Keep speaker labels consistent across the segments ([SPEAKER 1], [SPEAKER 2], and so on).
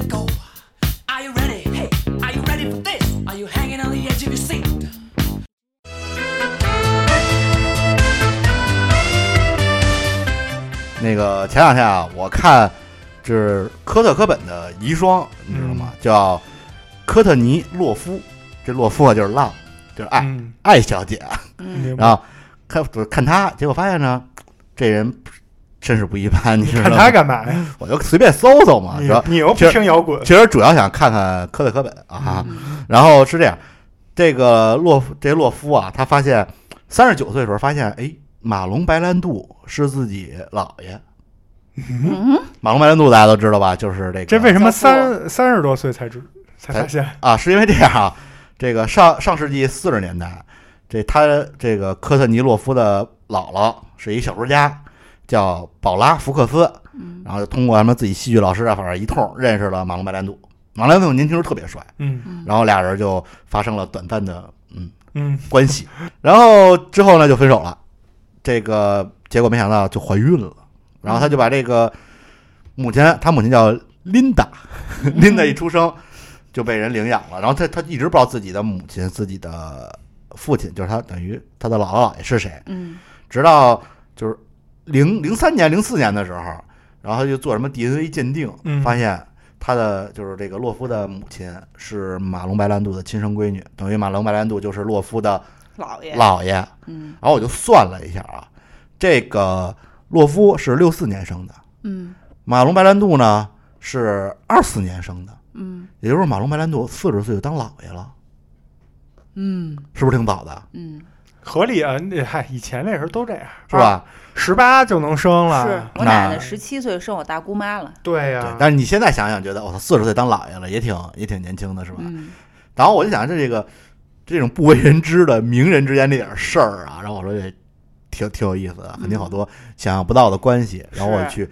[SPEAKER 1] to go. Are you ready? Hey, are you ready for this? Are you hanging on the edge of your seat?
[SPEAKER 2] 那个前两天啊，我看就是科特·科本的遗孀，你知道
[SPEAKER 3] 嗯
[SPEAKER 2] 吗？叫科特尼洛夫。这洛夫啊，就是浪，就是爱、
[SPEAKER 3] 嗯，
[SPEAKER 2] 爱小姐。啊
[SPEAKER 4] 嗯
[SPEAKER 3] 明白
[SPEAKER 2] 然后看我看她，结果发现呢，这人真是不一般，你知道
[SPEAKER 3] 看
[SPEAKER 2] 吗？
[SPEAKER 3] 他干哎嘛呀？啊
[SPEAKER 2] 我就随便搜搜嘛，
[SPEAKER 3] 你
[SPEAKER 2] 说
[SPEAKER 3] 你又不听摇滚，
[SPEAKER 2] 其实主要想看看科特·科本啊，
[SPEAKER 4] 嗯
[SPEAKER 2] 然后是这样，这个洛夫这洛夫啊，他发现三十九岁的时候发现，哎，马龙白兰度是自己姥爷。
[SPEAKER 4] 嗯，
[SPEAKER 2] 马龙白兰度大家都知道吧？就是这个，
[SPEAKER 3] 这为什么
[SPEAKER 4] 教父
[SPEAKER 3] 三三十多岁才知才发现？
[SPEAKER 2] 啊？是因为这样啊，这个上上世纪四十年代，这他这个科特尼洛夫的姥姥是一小说家，叫宝拉·福克斯，
[SPEAKER 4] 嗯
[SPEAKER 2] 然后就通过什么自己戏剧老师啊，反正一通认识了马龙白兰度。马龙白兰度年轻时候特别帅，
[SPEAKER 3] 嗯
[SPEAKER 2] 然后俩人就发生了短暂的嗯
[SPEAKER 3] 嗯，
[SPEAKER 2] 关系，然后之后呢就分手了。这个结果没想到就怀孕了，然后他就把这个母亲，他母亲叫琳达，琳达一出生就被人领养了，然后他他一直不知道自己的母亲、自己的父亲，就是他等于他的姥姥姥爷是谁，
[SPEAKER 4] 嗯
[SPEAKER 2] 直到就是零零三年、零四年的时候，然后他就做什么 DNA 鉴定，
[SPEAKER 3] 嗯
[SPEAKER 2] 发现他的就是这个洛夫的母亲是马龙白兰度的亲生闺女，等于马龙白兰度就是洛夫的
[SPEAKER 4] 姥爷，
[SPEAKER 2] 姥爷。
[SPEAKER 4] 嗯
[SPEAKER 2] 然后我就算了一下啊，这个洛夫是六四年生的，
[SPEAKER 4] 嗯
[SPEAKER 2] 马龙白兰度呢是二四年生的，
[SPEAKER 4] 嗯
[SPEAKER 2] 也就是说马龙白兰度四十岁就当姥爷了，
[SPEAKER 4] 嗯
[SPEAKER 2] 是不是挺早的？
[SPEAKER 4] 嗯，
[SPEAKER 3] 合理啊！那嗨，以前那时候都这样，
[SPEAKER 2] 是吧？
[SPEAKER 3] 十啊八就能生
[SPEAKER 4] 是
[SPEAKER 3] 了，
[SPEAKER 4] 我
[SPEAKER 2] 那
[SPEAKER 4] 奶奶十七岁生我大姑妈了，
[SPEAKER 3] 对
[SPEAKER 2] 对
[SPEAKER 3] 呀，，
[SPEAKER 2] 但是你现在想想，觉得我操，哦四十岁当姥爷了，也挺也挺年轻的，是吧？
[SPEAKER 4] 嗯
[SPEAKER 2] 然后我就想，这这个这种不为人知的名人之间这点事儿啊，然后我说这挺挺有意思的，肯定好多想象不到的关系。然后我去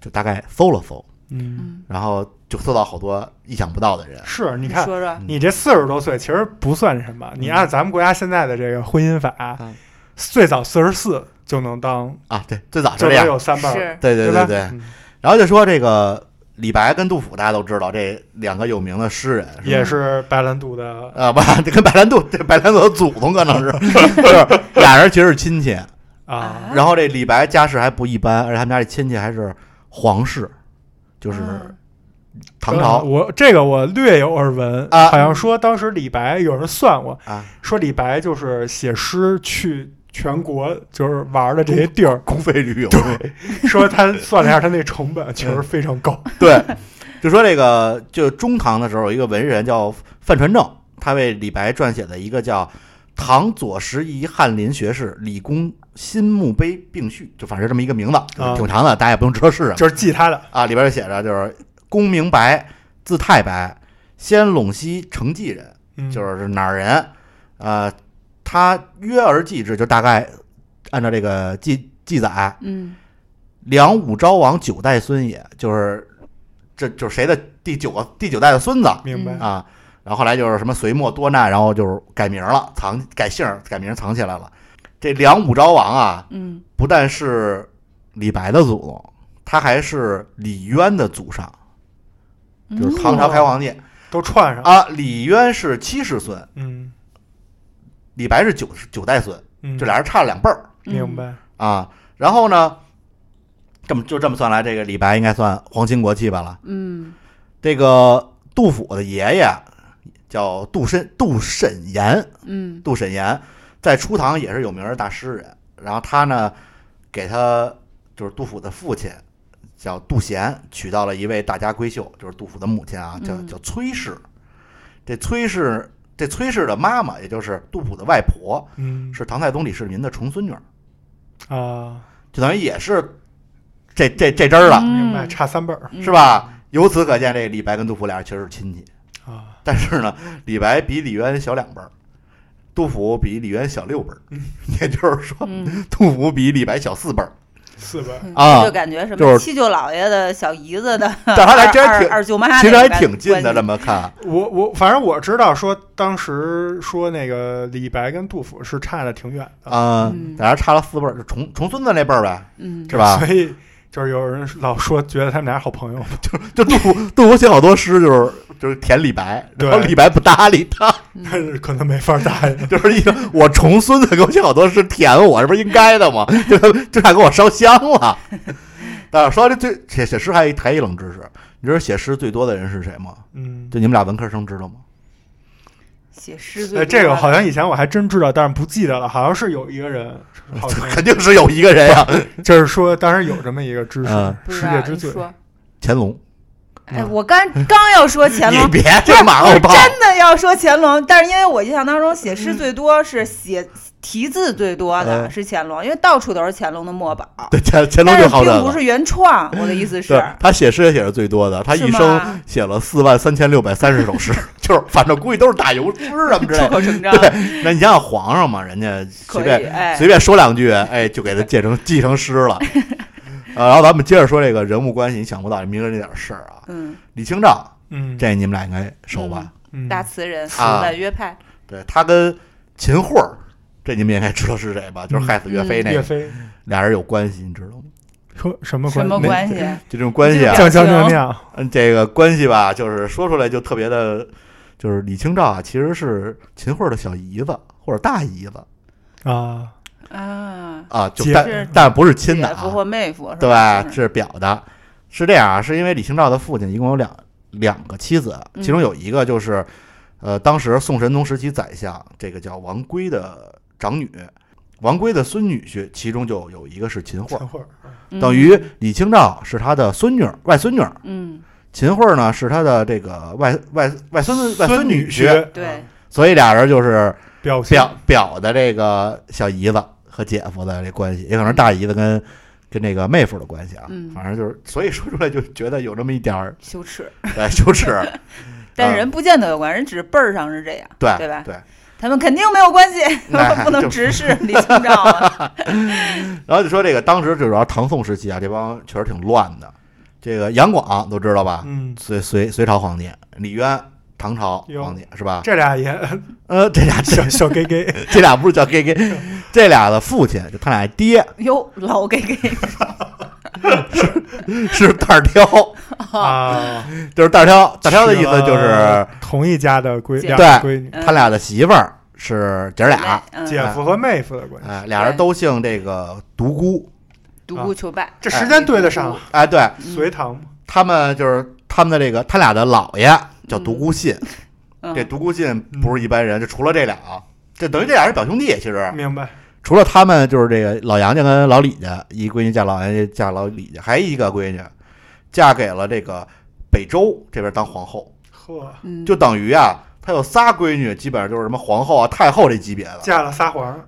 [SPEAKER 2] 就大概搜了搜，
[SPEAKER 3] 嗯，
[SPEAKER 4] 嗯，
[SPEAKER 2] 然后就搜到好多意想不到的人。
[SPEAKER 3] 是你
[SPEAKER 4] 你
[SPEAKER 3] 看。
[SPEAKER 4] 说嗯说，
[SPEAKER 3] 你这四十多岁其实不算什么，你按咱们国家现在的这个婚姻法
[SPEAKER 2] 嗯，
[SPEAKER 3] 最早四十四就能当，
[SPEAKER 2] 啊，对，最早是这
[SPEAKER 3] 就能
[SPEAKER 2] 样，
[SPEAKER 3] 有三辈儿，
[SPEAKER 4] 是
[SPEAKER 2] 对对
[SPEAKER 3] 吧？
[SPEAKER 2] 对对。
[SPEAKER 3] 嗯
[SPEAKER 2] 然后就说这个李白跟杜甫，大家都知道这两个有名的诗人，是吧
[SPEAKER 3] 也是白兰度的
[SPEAKER 2] 啊，不， 这跟白兰度，这白兰度的祖宗可能是， 就是俩人其实是亲戚。
[SPEAKER 3] 啊，
[SPEAKER 2] 然后这李白家世还不一般，而且他们家这亲戚还是皇室，就是
[SPEAKER 4] 嗯
[SPEAKER 2] 唐
[SPEAKER 3] 呃
[SPEAKER 2] 朝
[SPEAKER 3] 我这个我略有耳闻，
[SPEAKER 2] 啊
[SPEAKER 3] 好像说当时李白有人算过，
[SPEAKER 2] 啊，
[SPEAKER 3] 说李白就是写诗去全国就是玩的这些地 儿，
[SPEAKER 2] 公费旅游。
[SPEAKER 3] 说他算了一下他那成
[SPEAKER 2] 嗯
[SPEAKER 3] 本其实非常高。
[SPEAKER 2] 对，就说这个，就中唐的时候，有一个文人叫范传正，他为李白撰写的一个叫《唐左拾遗翰林学士李公新墓碑并序》，就反正这么一个名字，就是
[SPEAKER 3] 啊
[SPEAKER 2] 挺长的，大家也不用知道是什么。
[SPEAKER 3] 就是记他的，
[SPEAKER 2] 啊，里边就写着就是公明白，字太白，先陇西成纪人，
[SPEAKER 3] 嗯
[SPEAKER 2] 就是哪儿人。呃，他约而记之，就大概按照这个记记载，
[SPEAKER 4] 嗯
[SPEAKER 2] 梁武昭王九代孙也，就是这就是谁的第九个第九代的孙子
[SPEAKER 3] 明白
[SPEAKER 4] 嗯
[SPEAKER 2] 啊。然后后来就是什么隋末多难，然后就是改名了，藏改姓儿改名藏起来了。这梁武昭王啊，
[SPEAKER 4] 嗯
[SPEAKER 2] 不但是李白的祖宗，他还是李渊的祖上，
[SPEAKER 4] 嗯，
[SPEAKER 2] 就是唐朝开皇帝
[SPEAKER 3] 都串上。
[SPEAKER 2] 啊。李渊是七世孙，
[SPEAKER 3] 嗯
[SPEAKER 2] 李白是九十九代孙，
[SPEAKER 3] 嗯，
[SPEAKER 2] 这俩人差了两辈儿
[SPEAKER 4] 嗯
[SPEAKER 3] 明白。
[SPEAKER 2] 啊。然后呢，这么就这么算来，这个李白应该算皇亲国戚吧了。
[SPEAKER 4] 嗯
[SPEAKER 2] 这个杜甫的爷爷叫杜申，杜审言，
[SPEAKER 4] 嗯
[SPEAKER 2] 杜审言在初唐也是有名儿的大诗人。然后他呢，给他就是杜甫的父亲叫杜贤，娶到了一位大家闺秀，就是杜甫的母亲啊，叫
[SPEAKER 4] 嗯
[SPEAKER 2] 叫崔氏。这崔氏，这崔氏的妈妈，也就是杜甫的外婆，
[SPEAKER 3] 嗯
[SPEAKER 2] 是唐太宗李世民的重孙女儿，
[SPEAKER 3] 啊，
[SPEAKER 2] 就等于也是这这这支儿了，
[SPEAKER 3] 明白，
[SPEAKER 4] 嗯
[SPEAKER 3] 差三辈儿。
[SPEAKER 4] 嗯
[SPEAKER 2] 是吧？由此可见，这个李白跟杜甫俩人其实是亲戚，
[SPEAKER 3] 啊，
[SPEAKER 2] 但是呢，李白比李渊小两辈儿，杜甫比李渊小六辈儿，也就是说，
[SPEAKER 4] 嗯，
[SPEAKER 2] 杜甫比李白小四辈儿。
[SPEAKER 3] 四本
[SPEAKER 2] 啊
[SPEAKER 4] 这就感觉什
[SPEAKER 2] 就是
[SPEAKER 4] 么七舅姥爷的小姨子的，
[SPEAKER 2] 但他俩真
[SPEAKER 4] 二
[SPEAKER 2] 挺
[SPEAKER 4] 二，二舅妈，
[SPEAKER 2] 其实还挺近的，这。么看，
[SPEAKER 3] 我我反正我知道说，当时说那个李白跟杜甫是差的挺远的，
[SPEAKER 2] 啊
[SPEAKER 4] 嗯，
[SPEAKER 2] 俩人差了四辈儿，就重重孙子那辈儿呗，
[SPEAKER 4] 嗯，
[SPEAKER 2] 是吧？
[SPEAKER 3] 所以就是有人老说觉得他们俩是好朋友，
[SPEAKER 2] 就杜甫， 杜甫写好多诗就是就是舔李白，然后
[SPEAKER 3] 对
[SPEAKER 2] 李白不搭理他，
[SPEAKER 3] 但是可能没法 答应。
[SPEAKER 2] 就是一个我重孙子给我写好多诗舔我，这不是应该的吗？就就差给我烧香了。 但是说到这最写写诗还一还一冷知识，你知道写诗最多的人是谁吗？
[SPEAKER 3] 嗯，
[SPEAKER 2] 就你们俩文科生知道吗？
[SPEAKER 4] 写诗最
[SPEAKER 3] 哎，
[SPEAKER 4] 多
[SPEAKER 3] 这个好
[SPEAKER 4] 了
[SPEAKER 3] 像以前我还真知道，但是不记得了，好像是有一个人，好像
[SPEAKER 2] 嗯 肯定是有一个人啊 呀、
[SPEAKER 3] 就是说当时有这么一个知识
[SPEAKER 2] 嗯，
[SPEAKER 5] 不知
[SPEAKER 3] 世
[SPEAKER 5] 道
[SPEAKER 3] 界之
[SPEAKER 5] 你
[SPEAKER 3] 最。
[SPEAKER 5] 说，
[SPEAKER 2] 乾隆。
[SPEAKER 5] 哎，我刚刚要说乾
[SPEAKER 2] 你
[SPEAKER 5] 隆，
[SPEAKER 2] 别这马后炮，
[SPEAKER 5] 哦真的要说乾隆，但是因为我印象当中写诗最多是写题字最多的
[SPEAKER 2] 嗯
[SPEAKER 5] 是乾隆，因为到处都是乾隆的墨宝，
[SPEAKER 2] 对乾乾隆
[SPEAKER 5] 但
[SPEAKER 2] 就是好战
[SPEAKER 5] 并不
[SPEAKER 2] 了。嗯
[SPEAKER 5] 是原创。我的意思是嗯
[SPEAKER 2] 对，他写诗也写的最多的，他一
[SPEAKER 5] 是
[SPEAKER 2] 生
[SPEAKER 5] 吗
[SPEAKER 2] 写了四万三千六百三十首诗， 就是反正估计都是打油诗什么之类
[SPEAKER 4] 出
[SPEAKER 2] 的。
[SPEAKER 4] 口成章，
[SPEAKER 2] 对，那你想想皇上嘛，人家随
[SPEAKER 5] 可
[SPEAKER 2] 便
[SPEAKER 5] 以，哎，
[SPEAKER 2] 随便说两句，哎，就给他借成记成诗 了。呃，然后咱们接着说这个人物关系，你想不到明人这点事儿啊。
[SPEAKER 4] 嗯，
[SPEAKER 2] 李清照，
[SPEAKER 3] 嗯，
[SPEAKER 2] 这你们俩应该熟吧？
[SPEAKER 3] 嗯
[SPEAKER 4] 大词人，死
[SPEAKER 2] 啊
[SPEAKER 4] 在约派，
[SPEAKER 2] 对他跟秦桧儿，这你们应该知道是谁吧？就是害死岳飞那
[SPEAKER 5] 嗯
[SPEAKER 3] 岳
[SPEAKER 2] 个，
[SPEAKER 3] 飞
[SPEAKER 2] 俩人有关系，你知道吗？
[SPEAKER 3] 说什么
[SPEAKER 4] 什么
[SPEAKER 3] 没
[SPEAKER 4] 关系？
[SPEAKER 2] 就这种关系啊，
[SPEAKER 3] 酱香酱酱，
[SPEAKER 2] 嗯，这个关系吧，就是说出来就特别的，就是李清照啊，其实是秦桧儿的小姨子或者大姨子
[SPEAKER 3] 啊，
[SPEAKER 4] 啊，
[SPEAKER 2] 啊，就
[SPEAKER 3] 姐
[SPEAKER 2] 但
[SPEAKER 4] 是
[SPEAKER 2] 但不是亲的
[SPEAKER 4] 姐
[SPEAKER 2] 啊
[SPEAKER 4] 夫，或妹夫，是
[SPEAKER 2] 对
[SPEAKER 4] 吧
[SPEAKER 2] 吧？？是表的，是这样啊，是因为李清照的父亲一共有两两个妻子，
[SPEAKER 4] 嗯
[SPEAKER 2] 其中有一个就是，呃，当时宋神宗时期宰相，这个叫王圭的长女，王圭的孙女婿，其中就有一个是秦桧儿，
[SPEAKER 3] 等会儿，
[SPEAKER 4] 嗯
[SPEAKER 2] 等于李清照是他的孙女儿外孙女儿，
[SPEAKER 4] 嗯，
[SPEAKER 2] 秦桧儿呢是他的这个外外外孙子外孙女婿，
[SPEAKER 5] 嗯
[SPEAKER 3] 婿
[SPEAKER 4] 对，
[SPEAKER 2] 所以俩人就是
[SPEAKER 3] 表现
[SPEAKER 2] 表表的这个小姨子和姐夫的这关系，也可能是大姨子跟跟那个妹夫的关系啊，
[SPEAKER 4] 嗯
[SPEAKER 2] 反正就是，所以说出来就觉得有那么一点儿哎
[SPEAKER 4] 羞耻，
[SPEAKER 2] 对羞耻，
[SPEAKER 4] 但
[SPEAKER 2] 嗯
[SPEAKER 4] 人不见得有关，人只是辈儿上是这样，
[SPEAKER 2] 呃对
[SPEAKER 4] 对吧
[SPEAKER 2] 对，
[SPEAKER 4] 他们肯定没有关系，
[SPEAKER 2] 那
[SPEAKER 4] 不能
[SPEAKER 2] 就
[SPEAKER 4] 直视李清 照啊，
[SPEAKER 2] 然后就说这个当时主要唐宋时期啊，这帮确实挺乱的，这个杨广都知道吧，
[SPEAKER 3] 嗯，
[SPEAKER 2] 隋隋隋朝皇帝，李渊唐朝皇帝是吧？
[SPEAKER 3] 这俩也
[SPEAKER 2] 呃， 这俩这
[SPEAKER 3] 小 小 gay gay，
[SPEAKER 2] 这俩不是叫 gay gay，这俩的父亲就他俩爹
[SPEAKER 4] 哟，老给给，
[SPEAKER 2] 是大儿挑，
[SPEAKER 3] 啊，
[SPEAKER 2] 就是大儿挑，大儿挑的意思就是
[SPEAKER 3] 同一家的闺
[SPEAKER 4] 姐
[SPEAKER 3] 两
[SPEAKER 2] 对
[SPEAKER 3] 个闺女，
[SPEAKER 2] 他俩的媳妇儿是姐儿俩，
[SPEAKER 4] 嗯，
[SPEAKER 3] 姐夫和妹夫的关系，
[SPEAKER 2] 哎，俩人都姓这个独孤，
[SPEAKER 4] 独孤求败，嗯
[SPEAKER 3] 这时间对得上，
[SPEAKER 2] 哎，对
[SPEAKER 3] 隋唐嘛，
[SPEAKER 2] 他们就是他们的这个他俩的姥爷叫独孤信，
[SPEAKER 4] 嗯
[SPEAKER 2] 这独孤信不是一般人，就除了这俩啊，这等于这俩是表兄弟，其实
[SPEAKER 3] 明白？
[SPEAKER 4] 嗯
[SPEAKER 2] 除了他们就是这个老杨家跟老李家，一闺女嫁老杨家嫁老李家，还一个闺女嫁给了这个北周这边当皇后，
[SPEAKER 3] 呵，
[SPEAKER 4] 嗯
[SPEAKER 2] 就等于啊。他有仨闺女，基本上就是什么皇后啊、太后这级别的。
[SPEAKER 3] 嫁了仨皇，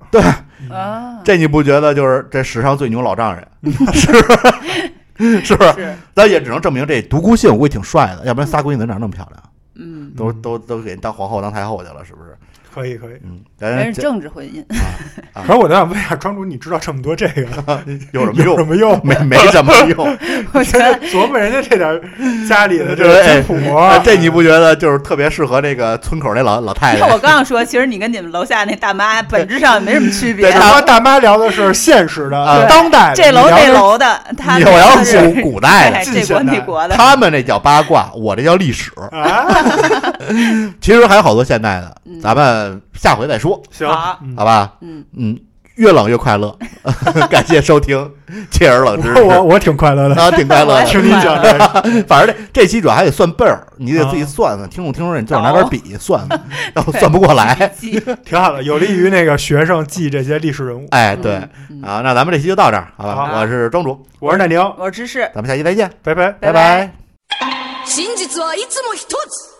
[SPEAKER 4] 啊，
[SPEAKER 2] 这你不觉得就是这史上最牛老 丈人是是不是？
[SPEAKER 4] 是，
[SPEAKER 2] 但也只能证明这独孤信我估计挺帅的，要不然仨闺女能长那么漂亮？
[SPEAKER 4] 嗯，
[SPEAKER 2] 都都都给人当皇后当太后去了，是不是？
[SPEAKER 3] 可以可以。
[SPEAKER 2] 嗯，
[SPEAKER 4] 人
[SPEAKER 2] 咱
[SPEAKER 4] 是
[SPEAKER 2] 这
[SPEAKER 4] 政治婚 姻，
[SPEAKER 3] 可是我在想，为啥庄主你知道这么多这个？
[SPEAKER 2] 有什么
[SPEAKER 3] 有什
[SPEAKER 2] 用？
[SPEAKER 3] 么 用？
[SPEAKER 2] 没没什么用，
[SPEAKER 4] 我觉得
[SPEAKER 3] 琢磨人家这点家里的这
[SPEAKER 2] 对
[SPEAKER 3] 个族谱，
[SPEAKER 2] 哎这你不觉得就是特别适合那个村口那老老太
[SPEAKER 4] 那
[SPEAKER 2] 太
[SPEAKER 4] 我？刚刚说，其实你跟你们楼下那大妈本质上没什么区别
[SPEAKER 2] 对。
[SPEAKER 3] 大妈大妈聊的是现实的、
[SPEAKER 2] 对
[SPEAKER 3] 当代的，
[SPEAKER 4] 这楼
[SPEAKER 3] 你聊的
[SPEAKER 4] 那
[SPEAKER 3] 是
[SPEAKER 4] 楼的，他
[SPEAKER 2] 你我要
[SPEAKER 4] 是
[SPEAKER 2] 是古古代
[SPEAKER 4] 哎
[SPEAKER 2] 的，
[SPEAKER 3] 近
[SPEAKER 4] 这国
[SPEAKER 3] 现代
[SPEAKER 4] 那国的，
[SPEAKER 2] 他们那叫八卦，我这叫历史。
[SPEAKER 3] 啊，
[SPEAKER 2] 其实还有好多现代的，
[SPEAKER 4] 嗯
[SPEAKER 2] 咱们下回再说，
[SPEAKER 3] 行，
[SPEAKER 4] 好
[SPEAKER 3] 嗯
[SPEAKER 2] 好吧？
[SPEAKER 4] 嗯，
[SPEAKER 2] 嗯，越冷越快 乐，感谢收听，切耳冷知识。
[SPEAKER 3] 我我我挺快乐的，
[SPEAKER 2] 啊，挺快乐
[SPEAKER 4] 我也
[SPEAKER 2] 的。
[SPEAKER 3] 听你讲这个，
[SPEAKER 2] 反正这这期主要还得算倍儿，你得自己算
[SPEAKER 3] 啊
[SPEAKER 2] 算。听众听众，你最好拿点笔 算算，要不算不过来。
[SPEAKER 4] 记
[SPEAKER 3] 挺好的，有利于那个学生记这些历史人物。
[SPEAKER 2] 哎，对啊，
[SPEAKER 4] 嗯
[SPEAKER 2] 那咱们这期就到这儿，好吧？
[SPEAKER 3] 好
[SPEAKER 2] 我是庄主，
[SPEAKER 3] 我是奶牛，
[SPEAKER 4] 我是芝士，
[SPEAKER 2] 咱们下期再见，
[SPEAKER 3] 拜拜。
[SPEAKER 2] 拜
[SPEAKER 4] 拜拜
[SPEAKER 2] 拜。
[SPEAKER 6] 真実はいつも一つ